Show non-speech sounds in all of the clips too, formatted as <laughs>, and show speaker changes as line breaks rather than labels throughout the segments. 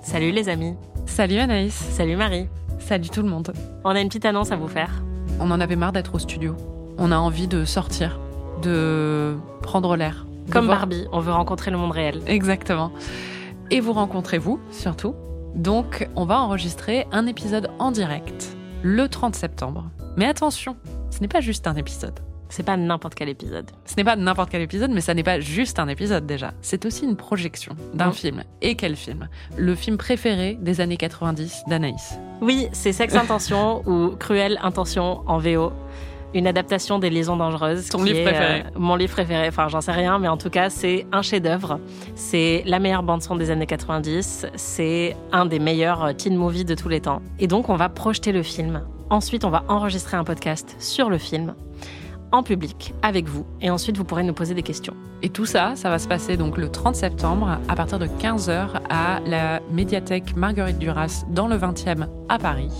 Salut les amis.
Salut Anaïs.
Salut Marie.
Salut tout le monde.
On a une petite annonce à vous faire.
On en avait marre d'être au studio. On a envie de sortir, de prendre l'air. de
Comme
voir-
Barbie, on veut rencontrer le monde réel.
Exactement. Et vous rencontrez vous, surtout. Donc, on va enregistrer un épisode en direct le 30 septembre. Mais attention, ce n'est pas juste un épisode.
C'est pas n'importe quel épisode.
Ce n'est pas n'importe quel épisode, mais ça n'est pas juste un épisode déjà. C'est aussi une projection d'un
Mm.
film. Et quel film Le film préféré des années 90 d'Anaïs.
Oui, c'est
<laughs>
Sex Intention ou Cruelle Intention en VO. Une adaptation des Liaisons dangereuses.
Ton
qui
livre
est,
préféré.
euh, mon livre préféré. Enfin, j'en sais rien, mais en tout cas, c'est un chef-d'œuvre. C'est la meilleure bande-son des années 90. C'est un des meilleurs euh, teen movies de tous les temps. Et donc, on va projeter le film. Ensuite, on va enregistrer un podcast sur le film, en public, avec vous. Et ensuite, vous pourrez nous poser des questions.
Et tout ça, ça va se passer donc le 30 septembre à partir de 15h à la médiathèque Marguerite Duras dans le 20e à Paris.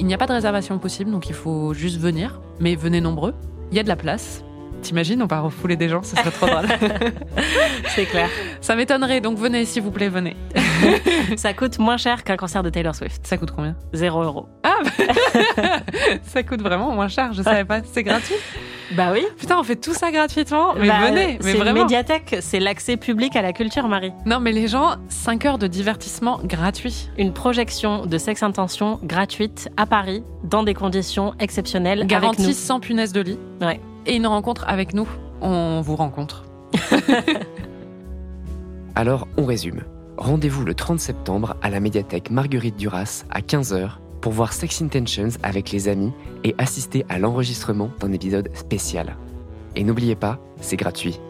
Il n'y a pas de réservation possible, donc il faut juste venir, mais venez nombreux, il y a de la place. T'imagines, on va refouler des gens, ce serait trop drôle.
C'est clair.
<laughs> ça m'étonnerait, donc venez, s'il vous plaît, venez.
Ça coûte moins cher qu'un concert de Taylor Swift.
Ça coûte combien
Zéro euro.
Ah bah, Ça coûte vraiment moins cher, je savais pas, c'est gratuit.
Bah oui.
Putain, on fait tout ça gratuitement, mais
Bah,
venez, mais
c'est une
vraiment.
médiathèque, c'est l'accès public à la culture, Marie.
Non, mais les gens, 5 heures de divertissement gratuit.
Une projection de Sex Intention gratuite à Paris, dans des conditions exceptionnelles,
garantie
avec
sans punaise de lit.
Ouais.
Et une rencontre avec nous. On vous rencontre.
Alors, on résume. Rendez-vous le 30 septembre à la médiathèque Marguerite Duras à 15h pour voir Sex Intentions avec les amis et assister à l'enregistrement d'un épisode spécial. Et n'oubliez pas, c'est gratuit.